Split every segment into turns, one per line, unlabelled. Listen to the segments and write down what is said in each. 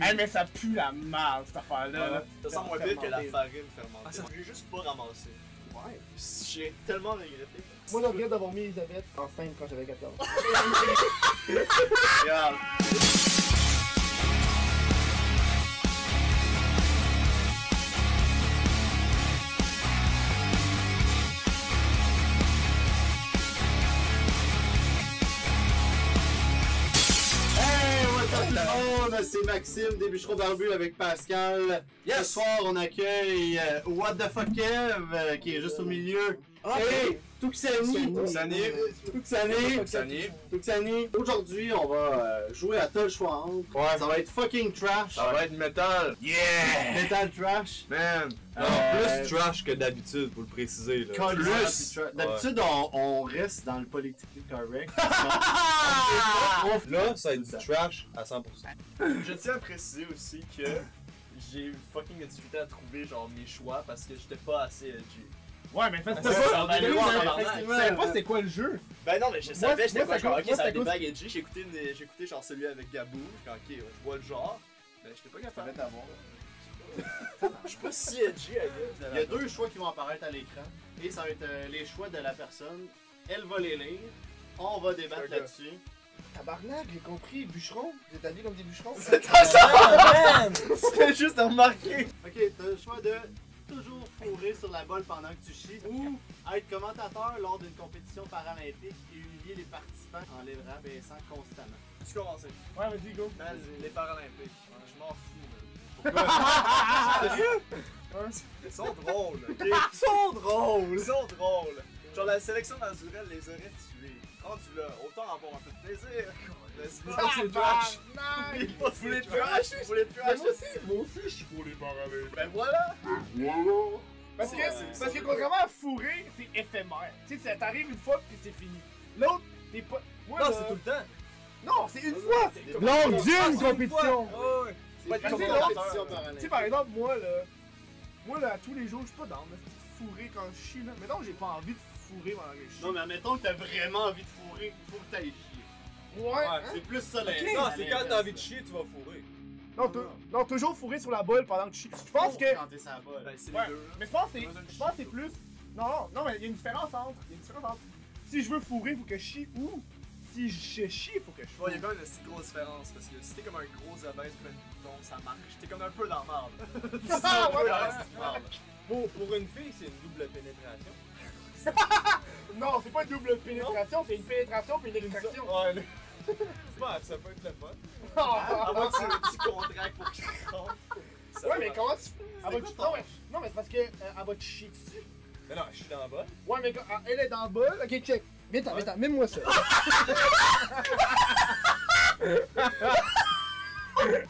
Hey, mais ça pue la merde cette affaire-là. là.
Euh, Ça sent moins pire que la
fermenté.
farine fermentée.
Ah, ça-
J'ai juste pas ramassé.
Ouais.
J'ai tellement regretté.
Moi, je regrette d'avoir mis Elisabeth enceinte quand j'avais 14.
Regarde.
Hey, what's up tout le monde? C'est Maxime, des bûcherons barbus avec Pascal. Ce soir, on accueille euh, What the fuck Kev, euh, qui est juste au milieu.
Ah,
Hey, Tuxani!
Tuxani.
Tuxani!
Tuxani.
Tuxani! Aujourd'hui, on va euh, jouer à Tol Choix
Ouais.
Ça va être fucking trash.
Ça va être metal. Yeah!
Metal trash.
Man! Non,
Euh,
plus trash que d'habitude, pour le préciser. Là.
Colin,
Plus!
tra- D'habitude, on, on reste dans le politically correct.
Ouais. Ah! Là, ça Ah, va être du trash à 100%.
Je tiens à préciser aussi que j'ai eu fucking de difficulté à trouver genre mes choix parce que j'étais pas assez edgy.
Ouais, mais faites
Ça
pas
va
ça.
aller
mais
loin,
oui, mais
tabarnak.
effectivement, Je savais pas c'était quoi le jeu.
Ben non, mais je
Moi,
savais, j'étais
moi,
pas
ça
genre,
cause-
ok,
moi,
ça a
ça
des
cause-
bagues edgy. J'ai écouté, une- j'ai écouté genre celui avec Gabou. j'ai dit, Ok, je vois le genre. Mais j'étais pas capable. Je suis pas si edgy à
Il y a deux choix qui vont apparaître à l'écran. Et ça va être euh, les choix de la personne. Elle va les lire. On va débattre
Sure,
là-dessus.
Tabarnak, j'ai compris. Bûcheron, vous êtes habillés comme des bûcherons.
C'était juste à remarquer.
Ok, t'as le choix de toujours fourrer sur la balle pendant que tu chies ou être commentateur lors d'une compétition paralympique et humilier les participants en les rabaissant constamment.
Tu commences.
Ouais, vas-y, go.
Man, les Paralympiques. Je m'en fous, man. Ils sont drôles, ok? Ils sont drôles! Ils sont drôles! Genre la sélection naturelle les aurait tués. Quand tu l'as, autant avoir un peu de plaisir, n'est-ce pas?
c'est
trash!
Tabarnak.
Vous voulez trash? Vous voulez
Ah,
trash?
Moi aussi, je suis pour les parler.
Ben voilà!
Parce que,
Ouais.
parce que contrairement à fourrer, c'est éphémère. Tu sais, ça t'arrive une fois puis c'est fini. L'autre, t'es pas. Moi, là-
le temps!
Non, c'est une fois!
Longue d'une
compétition.
compétition.
C'est
Ouais,
pas
tu sais,
une
l'autre-
compétition
Tu sais,
paralympique.
par exemple, moi, là, moi, là, tous les jours, je suis pas dans le fourrer quand je chie, là. Mais non, j'ai pas envie de fourrer pendant que je chie.
Non, mais admettons que t'as vraiment envie de fourrer, faut que t'ailles chier.
Ouais! hein?
C'est plus ça la-
Ok.
Non, c'est quand t'as envie de chier, tu vas fourrer.
Non, tou- non, toujours fourrer sur la boule pendant que je chie. Je pense que.
Quand t'es sur la balle.
Ben c'est
Ouais,
les deux.
mais je pense que c'est- je pense que c'est plus. Non, non, non, mais il y a une différence entre. Il y a une différence entre. Si je veux fourrer, faut que je chie ou. Si je chie, faut que je
Ouais, il y
fourre.
a quand même une si grosse différence parce que si t'es comme un gros obèse plein de boutons, ça marche. T'es comme un peu dans la marde. T'es un peu dans la petite marde.
Pour, pour une fille, c'est une double pénétration.
Non, c'est pas une double pénétration, c'est une pénétration puis une extraction.
Ouais, là. Bah, ça peut être le fun.
Ah,
À moins que tu aies un petit contrat pour qu'il rentre. Ça
Ouais, mais
va.
comment tu. Elle va
quoi
te-
ton-
non, mais- Non, mais c'est parce que. euh, Elle va te chier dessus.
Mais non, je suis dans le bas.
Ouais, mais quand elle est dans le bol, ok, check.
Viens, t'en, viens, mets-moi ça.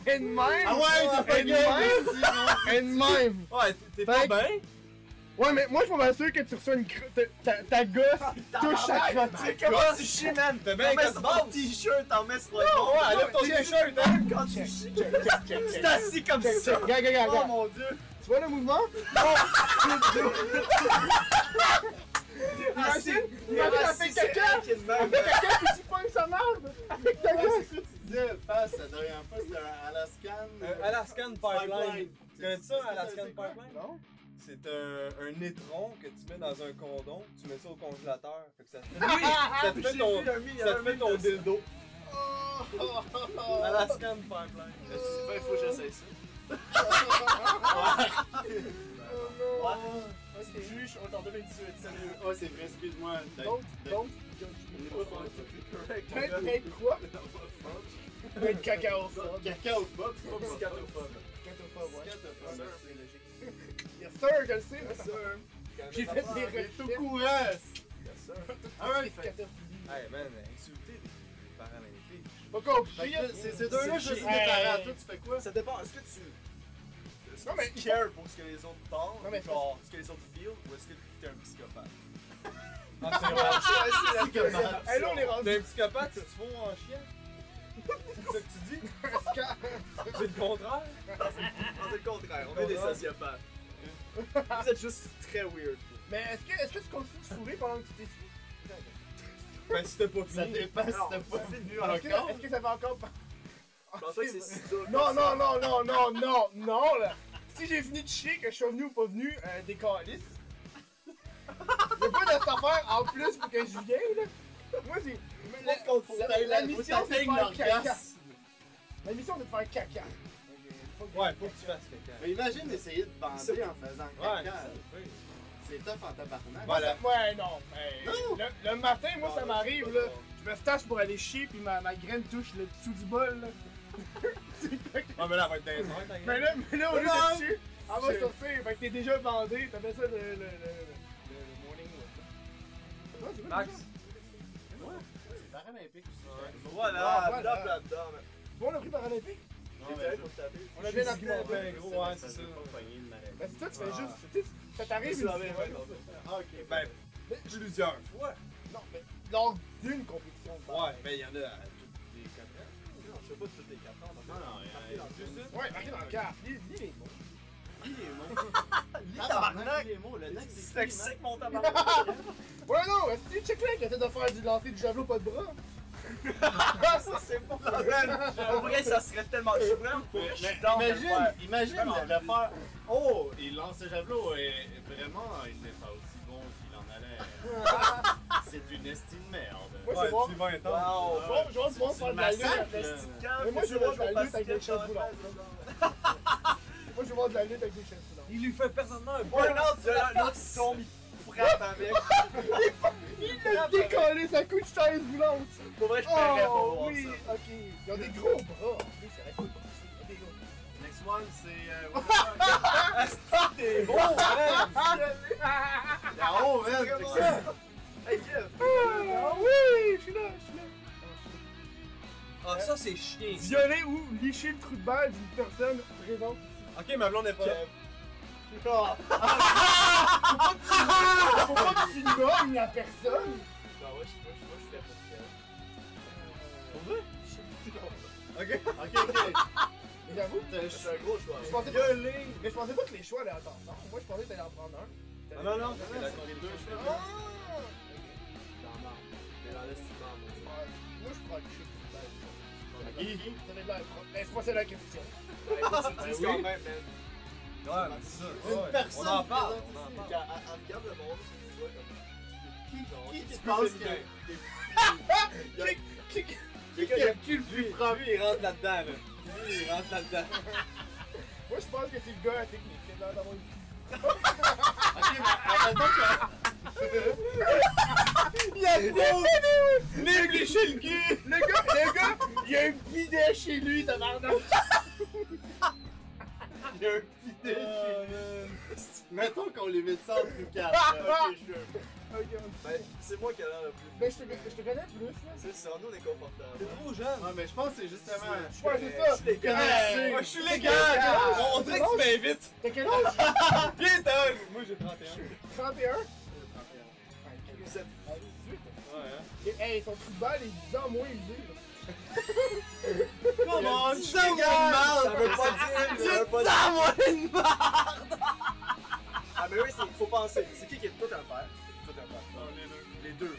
Et de même!
Ah ouais, t'as pas
Et de même!
gagné, sinon.
Et de même!
Ouais, t'es- t'es
Fait que-
pas bien?
Ouais, mais moi, je suis pas mal sûr que tu reçois une. cro- ta- Ta, ta gosse touche sa
Mais
crotte.
comment tu chies, man?
T'es
T'en
bien
mets
quand tu
sur
vas.
ton t-shirt, t'en mets sur
Ouais, enlève ton t-shirt, hein?
Même quand tu chies, tu t'assis comme ça.
Regarde, regarde, regarde,
Oh
regarde.
mon dieu!
Tu vois le mouvement?
Assis,
imagine, elle fait caca.
tranquillement.
Quelqu'un qui s'y pogne sa merde! Avec ta
Ouais,
gosse!
C'est ça que tu disais, passe la dernière fois, c'était un Alaskan.
Euh, Alaskan Pipeline. Tu connais ça, Alaskan Pipeline?
Non.
C'est un, un étron que tu mets dans un condom, tu mets ça au congélateur. Fait que ça te fait, ça te fait ton, ça te fait ton dildo. Alaskan Pipeline.
Je me suis dit, ben, faut que j'essaye ça.
oh,
Ouais. Juge, on est en 2018, sérieux.
Euh, Ouais, c'est vrai, excuse-moi. T'as-
Donc,
t'as-
donc,
On est pas politiquement correct, on
Peut-être
est-
peut-être quoi? Peut-être cacao.
Caca au pop,
on
c'est pas
est
possible.
scatophobe.
Scatophobe, ouais.
Scatophobe, c'est logique.
Yes sir, je le sais.
Yes, sir.
J'ai fait des recherches.
Courage!
Yes, sir.
Alright,
Hey man, insulter des des Paralympiques.
Pas compris.
Fait que là, c'est- ces deux-là, je
C'est chier.
suis séparé. À toi, tu fais quoi?
Ça dépend, est-ce que tu. Est-ce
Non,
que
mais-
tu cares pour ce que les autres pensent,
Non, mais-
genre ce que les autres feel, ou est-ce que t'es un psychopathe?
Ah, c'est vrai.
Ah,
c'est comme ça.
Hey, là, on est rendu.
T'es un psychopathe, tu te fous en chien. C'est ça que tu dis? C'est le contraire.
C'est le contraire, on est des sociopathes. Vous êtes juste très weird.
Mais est-ce que, est-ce que tu continues de fourrer pendant que tu t'es
Ben, si t'as pas
Ça
fini.
dépasse,
Non,
t'as pas
ça,
venu
Est-ce que,
encore.
est-ce que ça fait encore.
Je pense pas que c'est si dur.
Non, non, non, non, non, non, non, là. Si j'ai fini de chier que je sois venu ou pas venu, euh, des calices. Y'a pas de cette affaire en plus pour que je vienne, là. Moi, j'ai. La, la- la mission, c'est de faire caca. La mission, c'est de faire caca.
Ouais, faut que tu fasses quelqu'un.
Mais imagine essayer de bander en faisant
Ouais,
caca. C'est tough en tabarnak.
Voilà.
Ouais, non. hey. Le, le matin, moi, ça m'arrive, là. Je me stache pour aller chier, puis ma, ma graine touche le dessous du bol, là.
Ouais, mais là, va être dingue.
Mais là, mais là, au lieu
Non.
de dessus, elle va sortir. Fait que t'es déjà bandé. T'appelles ça le, le, le, le, le, le morning wood. Ouais, c'est quoi
Max,
déjà?
C'est paralympique. hein.
Voilà,
Ouais,
bla
voilà.
bla bla. man.
Bon, on a pris Paralympique.
J'ai fait pour taper.
On a bien appris.
argumenté. Ouais, gros, ouais, c'est ça.
Ben, c'est ça, tu fais
Ah.
juste. Tu sais, ça t'arrive
C'est
une
la même
fois.
chose.
Ah, Ok.
ben, plusieurs fois.
Non, mais lors d'une compétition. de
Ouais, mais il y en a à
euh,
toutes les quatre ans.
Non, je sais pas toutes les cartons.
Non, non, il y a-
basket. Ouais, marqué dans le carte. Lis lis les mots.
Tabarnak, les mots, le nec, c'est
C'est
qui, man?
sec mon tabarnak.
Ouais, non, est-ce que tu check là qui essaie de faire du lancer du javelot pas de bras?
Ça, c'est pas vrai. En vrai, ça serait tellement. Je suis vraiment pour. Je suis dans le faire.
Imagine, imagine
Je suis
le faire. Oh, il lance le javelot et et vraiment, il n'est pas aussi bon qu'il en allait. C'est une estime merde.
Moi,
Ouais,
c'est bon.
tu vas être en-
Wow.
Je vois, je vois, je vois, faire de la
massacre,
lutte.
là.
Mais moi, je vois, je vais aller avec des
choses
chaises roulantes. Moi, je vais voir de la lutte avec des chaises roulantes.
Il lui fait personnellement un
Ouais, l'autre, il y a l'autre qui tombe, il frappe avec.
Il l'a décollé sa couche de chaise roulante.
Pour vrai, je paierais pour
Oh
voir
oui,
ça.
ok. Ils ont des gros bras. Oui, c'est vrai. Ils ont des gros bras.
Next one, c'est. euh, what the fuck?
T'es beau, hein?
Là-haut, Ah, oh, man,
Vraiment.
c'est ça.
Hey, Kev.
Ah oui, je suis là, je suis là.
Ah, ça, c'est chien.
Violer ou licher le trou de balle d'une personne présente.
Ok, ma blonde est pas.
Ah. Faut pas que tu nommes la personne.
Bah ouais, je sais pas, je sais pas, je fais pour
Ok.
Ok, ok.
Mais j'avoue,
Kev. Je suis un gros joueur.
je pensais pas.
Violer.
Mais je pensais pas que les choix allaient attendre. Moi, je pensais que t'allais en prendre un.
Non, non, non, c'est la
Les deux cheveux.
Ah.
Dans la merde. Mais dans l'estimant,
Ah, Moi, je prends le licher le trou de balle.
Guy, Guy.
Ça avait de l'air propre. Mais c'est pas ça la question.
Ouais, tu dis quand
oui.
même, man.
Ouais, mais c'est ça.
Une
ouais.
personne
On en parle.
présente
On en
Quand
ici.
parle.
elle- elle regarde le monde, tu vois comme.
Qui tu
Genre,
penses
c'est bien.
que.
Qui- qui-
Quelqu'un qui a plus le but.
Prends lui, il rentre là-dedans, là. Lui, il rentre là-dedans.
Moi, je pense que c'est le gars à la technique. qui a l'air d'avoir une-
Ok, mais en même temps que-
le cul! Le gars, le gars, il y a un bidet chez lui, tabarnak! Oh,
Il y a un bidet chez lui. Mettons qu'on limite ça en plus quatre. euh, là. Ok, je suis
Ok, on-
Ben, c'est moi qui ai l'air le plus.
Ben, je te, je te connais plus, là.
C'est sur nous, on est confortable.
T'es trop jeune.
un- Ouais, Ah, mais je pense que c'est justement.
Ouais, c'est ça!
Je les
Connais assez.
Moi, je suis légal. On dirait que tu m'invites.
T'as quel âge?
Piétonne. Moi, j'ai 31.
31? Ouais,
Vous êtes
Ah, 18, hein.
Ouais, hein.
Et, hey, son trou de balle est 10 ans moins usé, là.
Come on,
Dis
je suis
Ah,
Ça
légal.
veut pas dire, ça veut pas dire.
Ah, moi, une barre.
Ah, mais oui, c'est- faut penser. C'est qui qui est tout à faire? Tout à faire.
Ah.
Les
Les
deux.
deux.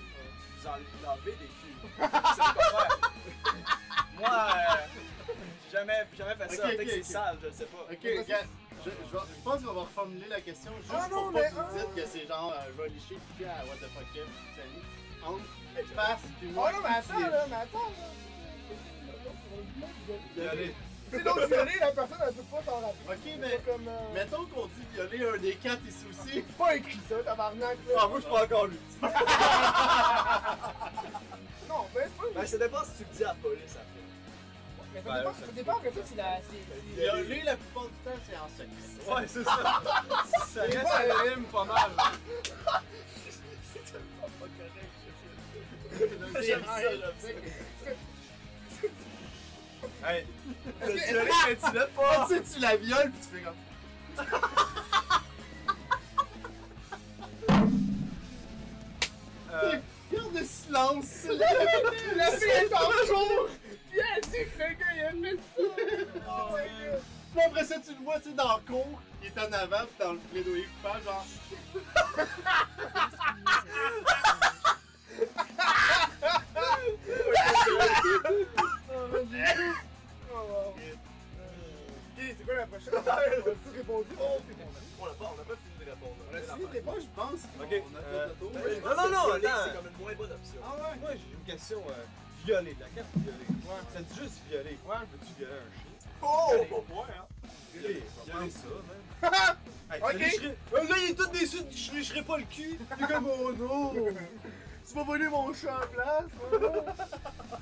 Vous en- vous enlevez des culs. C'est pas faire. Moi, euh, j'ai jamais, j'ai jamais fait ça.
Ok,
Peut-être que
ok,
c'est
ok.
sale, je le sais pas.
Ok, regarde, je, je vais- je pense qu'on va reformuler la question juste
Ah non,
pour pas
mais-
que vous dites que c'est genre euh, je vais licher le cul à what the fuck Kev, salut. Entre passe puis
Oh
moi.
non, mais attends,
puis-
là, mais attends, là.
Violer.
C'est donc violer, la personne, elle peut pas s'en rappeler.
Ok,
C'est
mais
pas comme. euh,
mettons qu'on dit violer un des quatre ici aussi.
C'est pas écrit ça, tabarnak,
Ah,
là.
moi, je prends encore lui.
Non, mais c'est pas.
Ben, ça dépend si tu le dis à la police après.
Mais ça
Ben,
dépend,
ça-
ça dépend après ça, c'est la. c'est- c'est-
Violer la plupart du temps c'est en secret.
Ouais, c'est ça. Ça reste anonyme pas mal.
C'est tellement pas correct.
J'aime
J'aime
ça,
ça,
j'aime
j'aime ça.
Hey, t'as
Est-ce que-
violé, mais tu l'as pas.
Ah, tu sais, tu la violes puis tu fais comme.
Euh,
Garde le silence!
La fille est en jour! Puis elle dit que le gars, il a mis
Oh, man. Puis après ça, tu le vois, tu sais, dans le cours, il est en avant, pis dans le plaidoyer coupable, genre.
Oh, c'est quoi la prochaine? On a-tu répondu?
Oh, On l'a pas, on a pas fini de répondre.
On a fini le débat, je pense.
Ok,
On a
euh,
fait le tour.
euh, Non, non, non, attends.
C'est comme une moins bonne option.
Ah ouais? Moi, j'ai une question. Euh, violer, la carte violer. Ça dit juste violer. Ouais. Peux-tu violer un chien?
Oh, pas point, hein.
Violer,
Violer
ça,
Ok.
même. Là, il est tout déçu, je lécherai pas le cul.
C'est comme oh non! Tu m'as volé mon chat en place! oh non.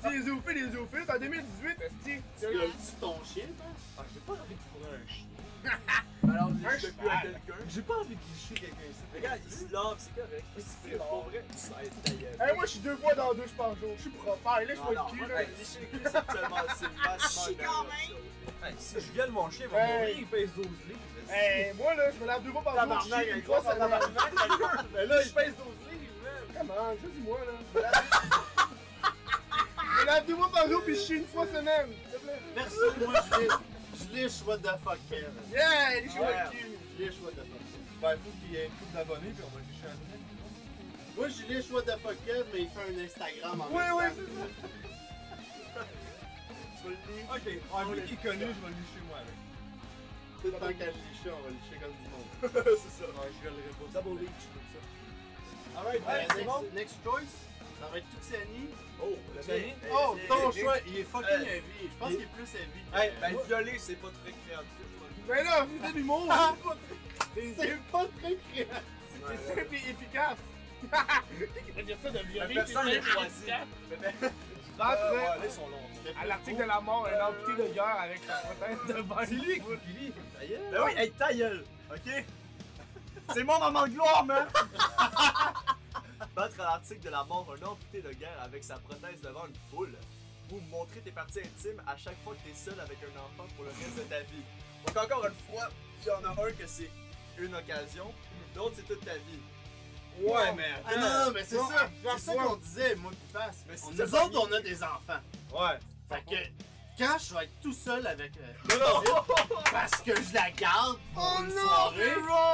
C'est les zoophiles, les zoophiles! En 2018, esti!
Tu violes-tu ton chien, toi?
Ah, j'ai pas envie de fourrer un chien.
Alors,
Un
je plus à
cheval.
quelqu'un.
J'ai pas envie de lécher quelqu'un ici.
Regarde, il se lave, c'est correct. Il se fait pas vrai. Ça aide, ta gueule.
Hey, moi, je suis deux fois dans la douche par jour. Je suis propre. Hey, là, je
Non,
vois
non,
le cul,
moi, ben,
là.
hey, lécher le cul, c'est tellement- c'est vachement
Chie
une bonne
quand
option.
Hey, si je viole mon chien, il va
Hey.
mourir, il pèse 12 livres.
Hey, moi, là, je me lave deux fois par jour. je
Tabarnak,
chie
il
une fois,
croit
ça
en
va.
tabarnak, la gueule. Mais là, il pèse 12 livres, man.
Comment? Juste dis-moi, là. Je me lave- Je me lave deux fois par jour, puis je chie une fois semaine. S'il te plaît.
Merci, moi, je liche. Je liche, what the fuck, Kev.
Yeah, les cheveux
Ouais.
le cul.
Je liche, what the fuck.
Ben, faut qu'il y ait une couple d'abonnés, puis on va lécher un chien.
Moi, je liche, what the fuck, Kev, mais il fait un Instagram en
Oui,
même
oui,
temps.
c'est ça.
Tu vas le lire.
Ok, en plus qu'il est connu, je vais le lécher moi avec.
Tout le temps qu'elle lichait, on va licher comme du monde.
c'est ça.
Non, je violerai pas.
Double reach, comme ça.
Alright,
Euh,
ouais, c'est
next-
bon.
Next choice, ça va être Tuxani.
Oh,
Tu
mien.
as mis?
Eh,
Oh,
c'est-
ton
eh,
choix, il est fucking
Eh.
heavy. Euh, Je pense
Il-
qu'il est plus heavy. que-
Eh,
Ben, violer, c'est pas très créatif.
Ben là, c'était de l'humour.
Ah!
C'est c'est-
C'est pas très créatif.
c'est simple et efficace. Qui t'a dit ça de violer? c'est
personne l'a
simple et
choisi.
efficace?
Ah,
Euh,
Rentre,
ouais, là, ils sont longs.
À l'article de la mort, un amputé de guerre avec sa prothèse de verre.
C'est lui qui faut qu'il lit.
Ben oui, hey, ta gueule, ok? C'est mon moment de gloire, man! Battre à l'article de la mort un amputé de guerre avec sa prothèse devant une foule. Ou montrer tes parties intimes à chaque fois que t'es seul avec un enfant pour le reste de ta vie. Donc encore une fois, il y en a un que c'est une occasion, l'autre c'est toute ta vie.
Ouais, mais attends.
Ah non, non, mais c'est
Non,
ça.
non,
C'est ça
non.
qu'on disait, moi pis Pass.
Mais si
On-
t'as
Nous
pas
autres, on a des enfants.
Ouais.
Fait que quand je vais être tout seul avec euh,
Non, non!
parce que je la garde pour
Oh
une
non,
soirée, je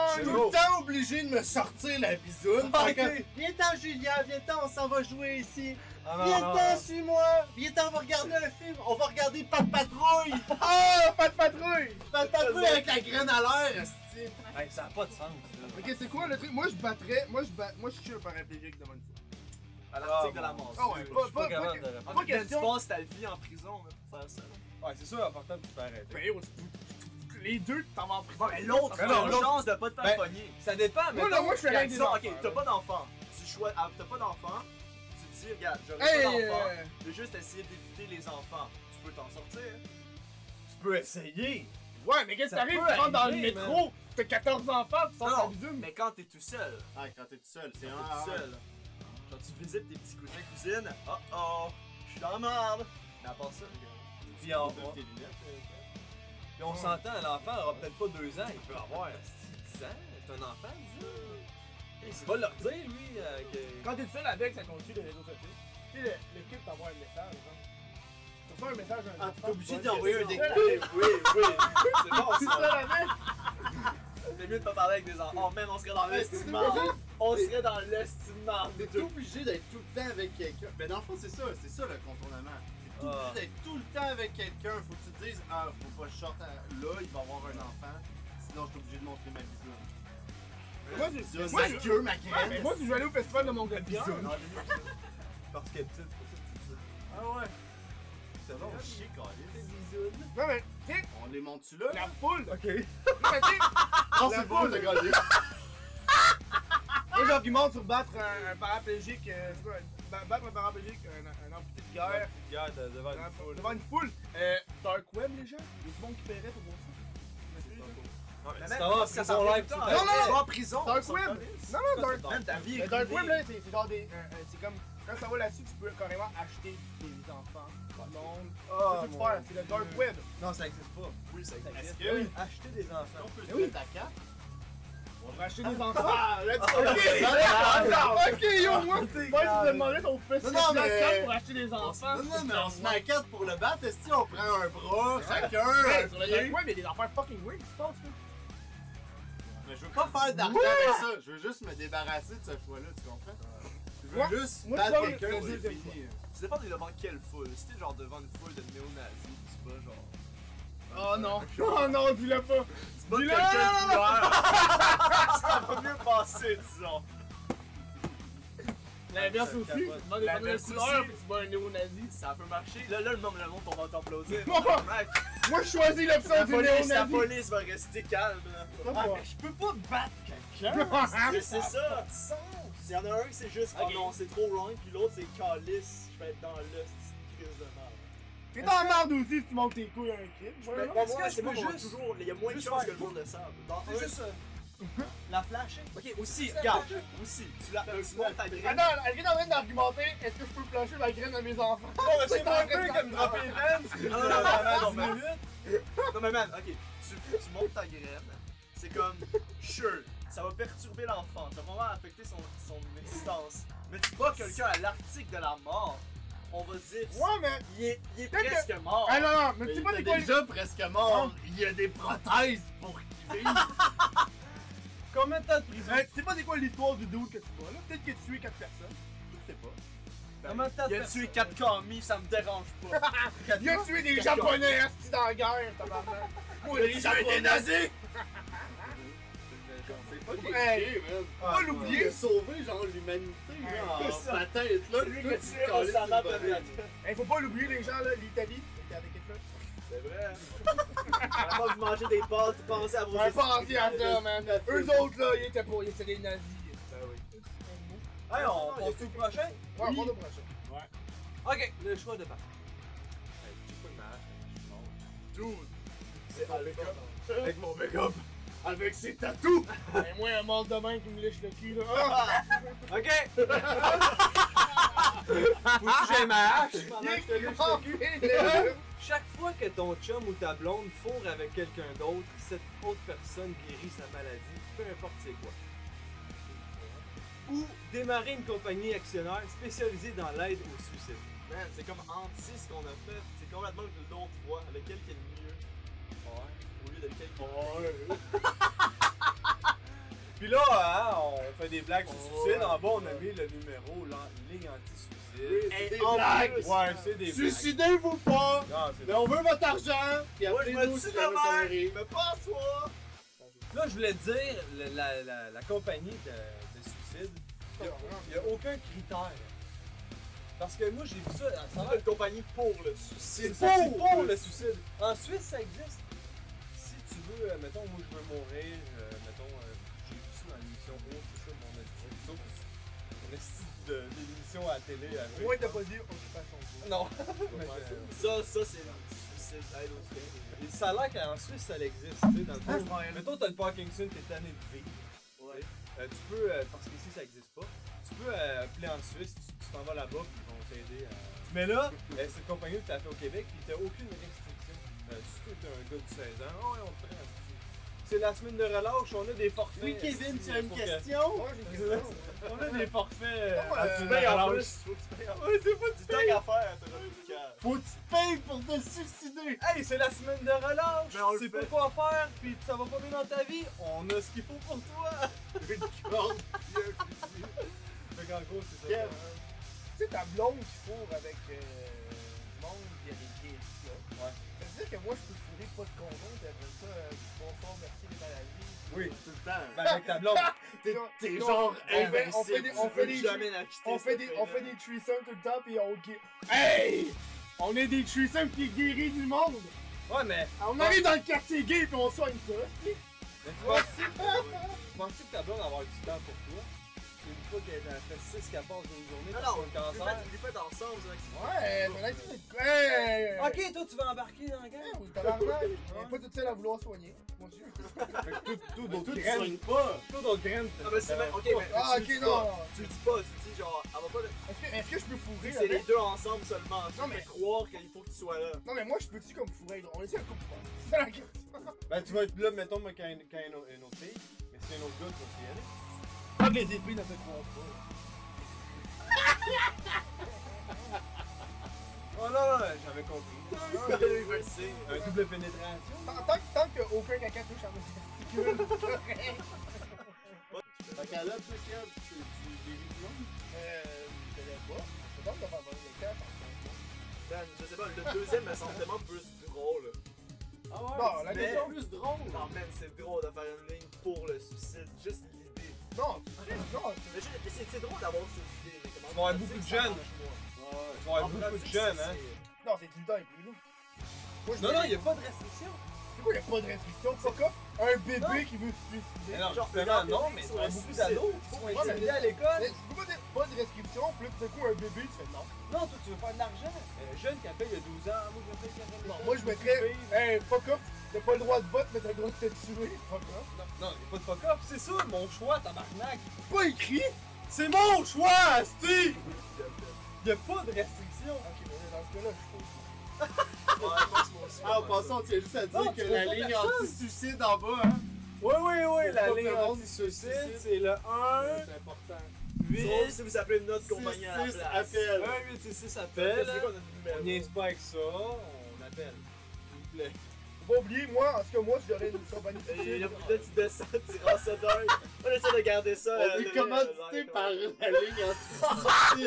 C'est
suis tout
gros.
le temps obligé de me sortir la bisoune.
Ah,
Fait que,
ok.
Viens-t'en, Julien, viens-t'en, on s'en va jouer ici.
Ah non, non,
Viens-t'en,
non.
suis-moi. Viens-t'en, on va regarder un film. On va regarder Pat Patrouille.
Ah, pas de patrouille!
Pat Patrouille avec la graine à l'air, esti.
Hey, ça a pas de sens, là.
Ok, c'est quoi le truc? Moi, je battrais. Moi, je bat... Moi, je suis un paraplégique de bonne foi.
À l'article de la mort.
Ah ouais, pas-
c'est sûr.
Je suis pas capable de répondre.
En
pas
fait, tu
question.
passes ta vie en prison là, pour faire ça.
Ouais, c'est sûr, important que tu peux arrêter.
Ben, oh, tu- tu- les deux, t'en vas en prison.
Mais l'autre,
Ben
t'as
non,
une
l'autre-
chance de pas te faire
Ben,
pogner.
Ça dépend, mais.
Moi, là, moi, je fais rien
Regarde,
des
disons,
enfants,
ok, t'as
là.
pas d'enfant. Tu choisis. ah, T'as pas d'enfant. Tu te dis, regarde, j'aurais
Hey!
pas d'enfant.
euh,
Je vais juste essayer d'éviter les enfants. Tu peux t'en sortir.
Tu peux essayer.
Ouais, mais qu'est-ce qui
Ça
t'arrive?
peut
Tu rentres dans le
arriver,
métro, t'as 14 enfants, pis
Non,
sors
non,
la mais
mais quand t'es tout seul,
Ah, quand t'es tout seul, c'est
quand
un.
t'es tout seul, genre tu visites tes petits cousins cousines, oh oh, je suis dans la merde. Mais à part ça, regarde.
Puis on,
Enlève tes lunettes.
puis on s'entend, l'enfant aura peut-être pas deux ans, il peut avoir 10 ans. C'est un enfant, dis Il va leur dire, lui, euh, que.
Quand t'es seul avec, ça continue les réseaux sociaux. Tu sais, le, le kid t'envoie un message, genre. T'as fait un message à un
Ah,
enfant,
t'es obligé
tu vois,
d'envoyer
t'es
un dick
seul avec-
Oui, oui, oui. C'est bon,
T'es
ça.
seul avec?
C'est mieux de pas parler avec des enfants. Oh, même, on serait dans l'estime de merde. On serait dans l'estime de merde, des
T'es
deux.
obligé d'être tout le temps avec quelqu'un. Mais dans le fond, c'est ça, c'est ça le contournement. T'es
Ah.
obligé d'être tout le temps avec quelqu'un. Faut que tu te dises, ah, faut pas que je sorte à- là, il va avoir un enfant. Sinon, je suis obligé de montrer ma bisoune.
Moi,
Là,
je- moi,
Ma
je-
queue, ma
Ouais, mais
graine.
Moi, si je vais aller au festival de Montgolfière,
bisoune.
Parce que petite, c'est pour ça que tu dis ça.
Ah ouais.
C'est
Non,
bon.
chier, câlisse.
non, mais, tu sais,
On les monte-tu là?
la foule,
Ok.
Non, mais tu sais,
Non,
la
c'est bon,
boule.
t'as gagné.
Moi, j'argumente sur battre un, un paraplégique, euh, je sais pas, ba- battre un paraplégique, un, un amputé de guerre,
Regarde, euh, devant
devant-
une foule.
devant une foule. Euh, dark web, les gens, il y a du monde qui paierait pour voir
Mais
Mais
tu
même,
t'en vas en
parce que ça
prison
fait
live,
tout le
tu
temps.
t'arrêtes.
Non, non, non.
Tu vas en prison.
Dark
on s'en
web.
calisse.
ça. Non, non, dark,
Même ta vie
le
est
dark
privée.
web, là, c'est c'est genre des. euh, euh, c'est comme, quand ça va là-dessus, tu peux carrément acheter des enfants, du monde.
Ah,
c'est tout
mon
faire, c'est le
Dieu.
dark web.
Non, ça existe pas.
Oui, ça existe.
Est-ce que
Acheter des enfants.
on peut
Eh
se
oui.
mettre à quatre?
On va acheter des enfants.
Ah, là, tu
Ok, Ah, ok, yo, moi, moi, je te demandais ton
Non,
festival
non,
de
mais-
guerre pour acheter des enfants.
Non, non, mais on se met à quatre pour le battre. Est-ce qu'on prend un bras chacun?
Ouais,
un
sur le
pied?
dark web, il y a des affaires fucking weird qui se passent, là.
Mais je veux pas faire d'argent avec ça. Je veux juste me débarrasser de ce choix-là, tu comprends? Je veux
Moi-
juste
moi, je
battre
parle-
quelqu'un,
le
c'est
deuxième
fini.
Ça dépend de devant quelle foule. Si t'es genre devant une foule de néo-nazis, c'est pas genre.
Ah,
Oh non! Oh non, dis-le pas!
C'est pas
Dis-le, Ah,
quelqu'un
non,
qui meurt. Ça va mieux passer, disons.
L'inverse
Ça me
aussi, tu
capote.
te demandes des
L'inverse
panneaux de
aussi.
couleur puis tu vois un néo-nazi.
Ça peut marcher. Là, là, le monde, le monde, on va t'applaudir.
Moi, moi,
Mec,
Moi, je choisis l'option
la
du
police, la
néo-nazi!
police va rester calme. là.
Ça
Ah,
va.
mais je peux pas battre
Ah,
Mais c'est ça! S'il y en a un, c'est juste
Ok.
oh non, c'est trop loin, puis l'autre c'est calice, je vais être dans le petite crise de merde.
T'es dans la merde aussi si tu montes tes couilles à un kid.
Mais
voyons.
pas
est-ce
moi,
que je
c'est moi,
peux
mon
juste-
toujours, il y a moins de
juste
chances
faire
que le monde le sache. Dans un-
C'est juste euh, la flasher.
Ok, aussi, regarde, aussi, tu la tu montes ta graine.
Attends, elle est en train d'argumenter est-ce que je peux plancher ma graine à mes enfants?
c'est
pas un peu comme
dropper une graine! Non, non, non, man, non, man. Non, mais man, ok, tu, tu montes ta graine, c'est comme, sure, ça va perturber l'enfant, ça va vraiment affecter son, son existence. Mais tu bats quelqu'un à l'article de la mort, on va dire,
Ouais, mais.
il est, il est
Peut-être que-
presque mort.
Ah non, non, mais
Mais
tu sais
il
pas
était
c'est quoi les-
déjà presque mort. Il y a des prothèses pour qu'il vive.
Combien de temps de prison?
Euh, Tu sais pas c'est quoi l'histoire du dude que tu vois là? Peut-être que tu tué 4 personnes.
Je sais pas.
Combien de temps de
Ben, Il a
prison?
tué 4 commis, ça me dérange pas.
Il a tué des Japonais assis dans la guerre, tabarnak. Moi, les Japonais nazis!
C'est pas
Hey.
compliqué, man.
Pas
Il
l'oublier!
a sauvé, genre, l'humanité,
Ouais,
là,
c'est
en
ça.
patate, là.
Celui
Tout
qui a
ce
tué
calice,
Osama
c'est
Ben
pareil.
Laden.
Eh, faut pas l'oublier les gens là, l'Italie, qui avait quelqu'un.
C'est vrai. Avant que vous mangez des pâtes, pensez à vos
Ouais, pensez à ça, man. Eux autres là, ils étaient pour. Ils étaient des nazis. Ben
Hey, on passe tout le prochain?
Ouais,
Oui.
on va au prochain.
Ok, le choix de part.
C'est avec
Avec mon backup. Avec ses tatous.
Et Ben, moi, un mort de main qui me lèche le cul là. Ah!
Ok!
Faut que j'aime ma hache.
Ah, Il est
ah,
crampé, là.
Chaque fois que ton chum ou ta blonde fourre avec quelqu'un d'autre, cette autre personne guérit sa maladie, peu importe c'est quoi. Ou démarrer une compagnie actionnaire spécialisée dans l'aide au suicide.
Man, c'est comme anti ce qu'on a fait. C'est complètement de l'autre voie. Avec quel qui est le mieux Ouais. Au lieu de lequel qui
Puis là, hein, on fait des blagues sur le suicide.
Ouais.
En bas, on a mis le numéro, la ligne anti-suicide.
est
c'est des
en
blagues.
plus.
Ouais, c'est des blagues.
Suicidez-vous pas.
Non, c'est
Mais on veut votre argent. Puis
Moi, je
appelez-nous
me
si
tue
jamais ça
la
arrive.
mère, mais pas toi.
Là, je voulais te dire, le- la, la- la compagnie de, de suicide, il n'y a aucun critère. Parce que moi, j'ai vu ça, ça a l'air
une compagnie pour le suicide.
C'est pour, pour le suicide. En Suisse, ça existe. Si tu veux, euh, mettons, moi je veux mourir, euh, mettons, euh, j'ai vu ça dans l'émission Haute, c'est ça, mon émission Mon esti de de l'émission à la télé. avec-
Moi, t'as pas dit occupation.
Non. euh,
Ouais,
Ça, ça, c'est l'anti-suicide. Aide au suicide.
Et ça a l'air qu'en Suisse, ça existe, tu sais, dans le fond.
prends elle.
Mettons, t'as le Parkinson, t'es tanné de vivre.
Ouais.
Euh, tu peux, euh, parce qu'ici ça n'existe pas, tu peux euh, appeler en Suisse, tu tu t'en vas là-bas, puis ils vont t'aider à. Mais là, euh, cette compagnie que t'as fait au Québec, puis t'as aucune restriction. Euh, si t'es un gars de 16 ans, ah ouais, on te prend. C'est la semaine de relâche, on a des forfaits.
Oui, Kevin, tu as une
Pour que-
question?
Moi, j'ai une question.
On a des forfaits. euh,
Ah,
à
tu
semaine
payes
de
en
relâche.
Faut que tu payes en-
Ouais, c'est
Du
pas
temps
du temps.
qu'à faire, t'as le médical.
Faut que tu payes pour te suicider.
Hey, c'est la semaine de relâche,
Mais on le
tu sais
fait.
pas quoi faire, puis ça va pas bien dans ta vie, on a ce qu'il faut pour toi.
Une corde.
Fait qu'en gros, c'est ça.
Yeah.
Tu sais, ta blonde qui fourre avec euh, du monde qui a des gays, là.
Ouais.
Ça veut dire que moi, je peux fourrer pas de condom, puis après ça, euh, du confort, merci les maladies.
Oui.
Tout le temps.
Ben, avec ta blonde.
Bah, T'es-
Non,
T'es
non,
genre eh ben,
on fait- on fait des-
invincible.
on fait
Tu
des-
peux jamais la quitter,
On fait
cette
des,
fille-là.
on fait des threesomes tout le temps, puis on gu- Hey! On est des threesomes qui guérit du monde!
Ouais, mais.
On arrive dans le quartier gay, puis on soigne ça.
Mais tu penses-tu tu penses-tu que ta blonde va avoir du temps pour toi? Une fois qu'elle a fait 6 qu'elle passe dans une journée
Non,
parce
non,
qu'elle a
on les
le cancer.
fait- les fait ensemble, c'est vrai que c'est-
Ouais, faudrait que tu Hey!
Ok, toi tu vas embarquer dans la gang.
Ouais, ou tabarnak! On est pas toute seule à vouloir soigner, mon dieu.
Tout, tout
Mais
d'autres
toi, tu
graines.
soignes pas.
Tout d'autres graines.
Ah, mais c'est même. Ok,
ben.
mais.
Ah,
tu
ok,
le dis
non,
pas.
non.
Tu le dis pas, tu dis genre, elle va pas. le-
Est-ce que, est-ce que je peux fourrer
C'est les
avec?
deux ensemble seulement.
Non,
Non,
mais-
mais croire qu'il faut que tu sois là.
Non, mais moi, je peux-tu comme fourrer? On est-tu un couple? C'est ça la question.
Ben tu vas être là, mettons, moi, quand il y a une, une autre fille. Mais si y a un autre gars, tu vas y aller.
Pas que les épées ne se croisent pas.
Oh non, non, j'avais compris.
Je le sais.
Un double pénétration.
Tant, tant, que- tant qu'aucun caca touche à mes testicules, c'est correct.
Fait qu'à l'autre, toi, Kev, tu tu guéris du monde.
Euh, je connais pas. C'est pas que t'as pas parlé de caca, par contre.
Ben, je sais pas, le deuxième me semble tellement plus drôle.
Ah ouais?
Bon, la
Mais-
question.
plus drôle.
Non, man, c'est drôle de faire une ligne pour le suicide, juste l'idée.
Non, tu sais, non,
Mais je- c'est- c'est drôle d'avoir cette idée, mais comment.
Il
en
va y avoir beaucoup de
pratique, ça
jeunes.
marche moins.
Il va y
En
avoir beaucoup de
pratique,
jeunes,
c'est-
hein?
tu- non, c'est tout le temps inclus, là. Moi, je
Non, non,
dis-
il n'y a pas de restriction.
C'est quoi, il n'y a pas de restriction? C'est quoi? Un bébé
Non.
qui veut se suicider.
Mais non,
Genre,
justement,
regarde,
non,
les
mais
filles
il y a
sont
beaucoup
suicides.
d'ados qui sont
Ouais,
intimidés à l'école.
Mais tu peux pas dire pas de restriction, puis là, tout d'un coup, un bébé, tu fais non.
Non, toi, tu veux faire de l'argent. Euh, jeune qui appelle il y a 12 ans, moi, je vais faire
Non, moi, je mettrais- Hey, fuck off, t'as pas le droit de vote, mais t'as le droit de te tuer. Fuck off.
Non, il n'y a pas de fuck-up, c'est ça, mon choix, tabarnak.
Pas écrit!
C'est mon choix, Asti! Il n'y a pas de restriction.
Ah, Ok, mais là, dans ce cas-là, je suis
Ouais, je pense moi aussi,
Ah, en
ouais.
passant, on tient juste à dire
Non,
que
tu
la
vois pas
ligne
personne.
anti-suicide en bas, hein.
Oui, oui, oui, la
Faut
ligne
que le monde
anti-suicide,
suicide.
c'est le 1,
C'est important.
Sauf
8,
si vous appelez notre compagnie à la
6
place.
appels.
1, 8, 6, 6,
Parce
appelle.
que c'est quoi notre
On
numéro?
niaise pas avec ça, on appelle. S'il vous plaît.
Faut pas oublier, moi, en tout cas, moi, si j'aurais une compagnie de
Et le
suicide,
là, tu descends, tu rends ça dingue. On essaie de garder ça.
On
euh,
est
le-
commandité
le- le-
par la
le-
ligne anti-suicide.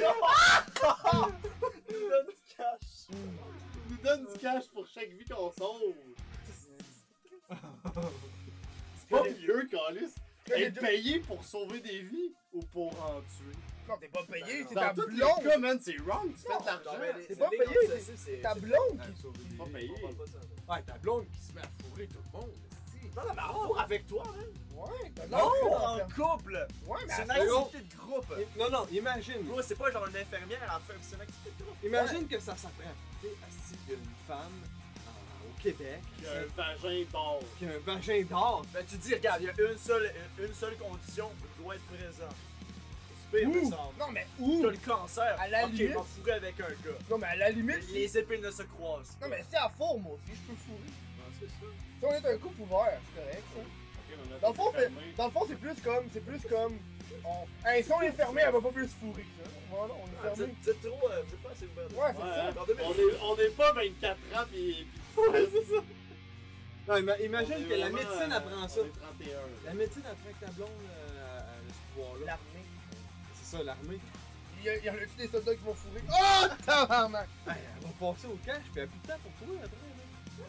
Tu donnes du cash.
Ils nous donnent du cash pour chaque vie qu'on sauve. C'est pas mieux, Calis.
j'ai
Être
déjà-
payé pour sauver des vies ou pour en tuer.
Non, t'es pas payé, c'est ta
Dans tous les cas,
blonde!
man, c'est wrong. Tu fais de
Non,
l'argent.
mais les-
C'est pas
les
payé,
gars, ça, c'est-
Ta
c'est-
blonde!
Ah, sauver des
Pas
vies.
payé.
on parle pas de ça, là.
Ouais, ta blonde qui se met à fourrer tout le monde.
Non, non, mais en four avec toi, hein.
Ouais, t'as
Non,
l'enfant,
en couple.
Ouais, mais
C'est une
attends,
activité de groupe.
Et- Non, non, imagine.
Gros, c'est pas genre une infirmière, en fait, c'est une activité de groupe.
Imagine que ça s'apprête. Tu sais, Asti, il y a une femme euh, au Québec
Il y a un vagin d'or.
qui a un vagin d'or.
Ben, tu dis, regarde, il y a une seule, une, une seule condition, je dois être présent. C'est pire, me
Ouh!
semble.
Non, mais
T'as
où?
le cancer.
À la
ok,
limite-
je vais fourrer avec un gars.
Non, mais à la limite, si-
Les épines ne se croisent.
Non, mais c'est à fond, moi aussi, je peux fourrer.
c'est ça.
Si on est un couple ouvert, c'est correct, ça. Dans le fond, c'est- dans le fond, c'est plus comme. C'est plus comme. On... Hey, si on est fermé, elle va pas plus fourrer que ça. Voilà, on
Ah,
est
vous
fermé.
êtes- vous êtes trop, euh, vous êtes pas assez ouvert.
Ouais, c'est
Ouais,
ça.
hein. on, est, on est pas 24 ans pis. pis- Ouais, c'est ça.
Non, ima- imagine
Imagine
que la
euh,
médecine apprend ça.
euh, On est 31.
La médecine apprend que ta blonde euh, a- a ce pouvoir-là.
L'armée.
C'est ça, l'armée.
Il y a, il y a le petit des soldats qui vont fourrer. Oh, tabarnak!
Hey, Ben, elle va passer au cash, puis elle a plus de temps pour toi après.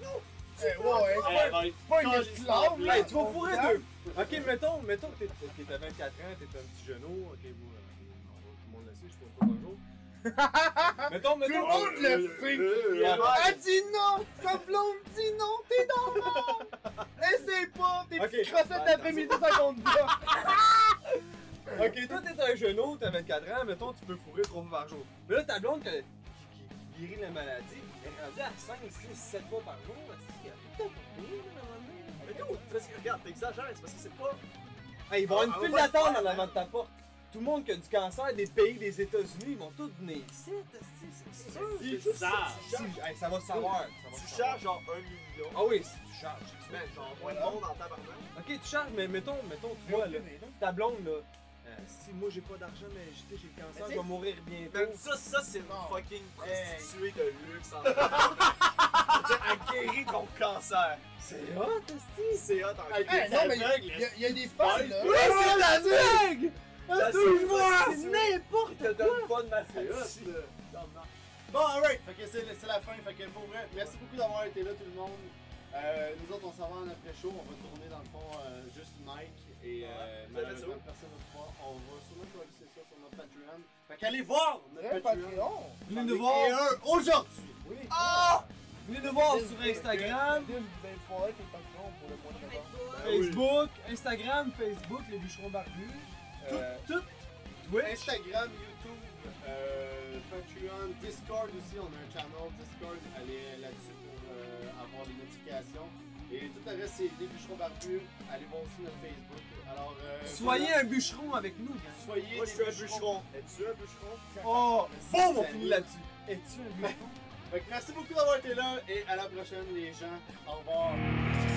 là.
Eh, ouais,
Eh,
ouais.
elle va être
C'est pas une
calissement
esclave,
pleine.
là.
Hey, Ben, tu vas fourrer
on
deux. Ok, mettons, mettons que t'es- t'es t'es à 24 ans, t'es un petit genou. Ok, vous, euh, tout le monde le sait, je tourne pas bonjour. mettons,
Tout le
mettons.
monde le sait! Ah,
Euh,
Ouais.
Elle dit non! Ta blonde dit non! T'es dans le monde! Essaye pas! Tes
Ok.
petites crossettes d'après-midi, ça compte bien!
Ok, toi t'es un genou, t'as 24 ans, mettons tu peux fourrer 3 fois par jour. Mais là ta blonde qu'elle- qui, qui, qui guérit la maladie, elle est rendue à 5, 6, 7 fois par jour. Elle dit, putain, pour courir, là, à un moment donné.
Mais non, c'est parce que regarde, t'exagères, c'est parce que c'est pas.
Hey, ils vont avoir
Ah,
une
on
file
va le
d'attente
faire,
en avant
hein.
de ta porte. Tout le monde qui a du cancer des pays des États-Unis, ils vont tous venir ici, esti, c'est sûr.
C'est
Ils
juste ça,
savent.
tu
Si,
charges-
hey, ça va se savoir. ça va
Tu
se savoir.
charges genre un million.
Ah oui, si tu charges. c'est
Man, genre, moins de
Voilà.
monde en tabarnak.
Ok, tu charges, mais mettons, mettons, toi là,
Eh,
ta blonde là. euh, si moi j'ai pas d'argent, mais je sais, j'ai le
Mais
cancer,
tu
je
sais-
vais mourir bientôt.
Même Ben, ça, ça c'est une
Non.
fucking
Hey.
prostituée de luxe en Elle guérit ton cancer.
C'est hot, esti.
C'est hot en
Hey,
Eh, non, mais
aveugle,
il y, a- y a des femmes là!
Oui, c'est la blague!
Ah,
C'est
c'est
moi!
pas-
C'est n'importe
te donne pas de
C'est
maladie.
hot, là. Bon, alright! Fait que c'est c'est la fin, fait que pour vrai, merci beaucoup d'avoir été là tout le monde. Euh, nous autres, on s'en va en après-show, on va tourner dans le fond euh, juste Mike et euh,
Ouais.
malheureusement personne ne va pouvoir. On va sûrement coaliser ça sur notre Patreon. Fait qu'allez voir notre
Un
Patreon!
Patreon!
Venez
J'en ai
nous voir,
créé un aujourd'hui!
Oui!
Ah! venez nous voir sur Instagram,
Vous allez pouvoir être Patreon pour le mois de novembre.
Ah Facebook, Instagram, Facebook, les bûcherons barbus. euh,
Tout,
Twitch.
Instagram, YouTube, euh, Patreon, Discord aussi, on a un channel Discord, allez là-dessus pour euh, avoir des notifications. Et tout le reste, c'est des bûcherons barbus, allez voir aussi notre Facebook. Alors, euh,
Soyez un bûcheron avec nous.
voilà. soyez
Moi, je
des
suis un bûcheron.
bûcherons.
Es-tu un bûcheron?
Oh, boum, on finit
Salut.
là-dessus. Es-tu un bûcheron?
Fait que merci beaucoup d'avoir été là et à la prochaine les gens. Au revoir.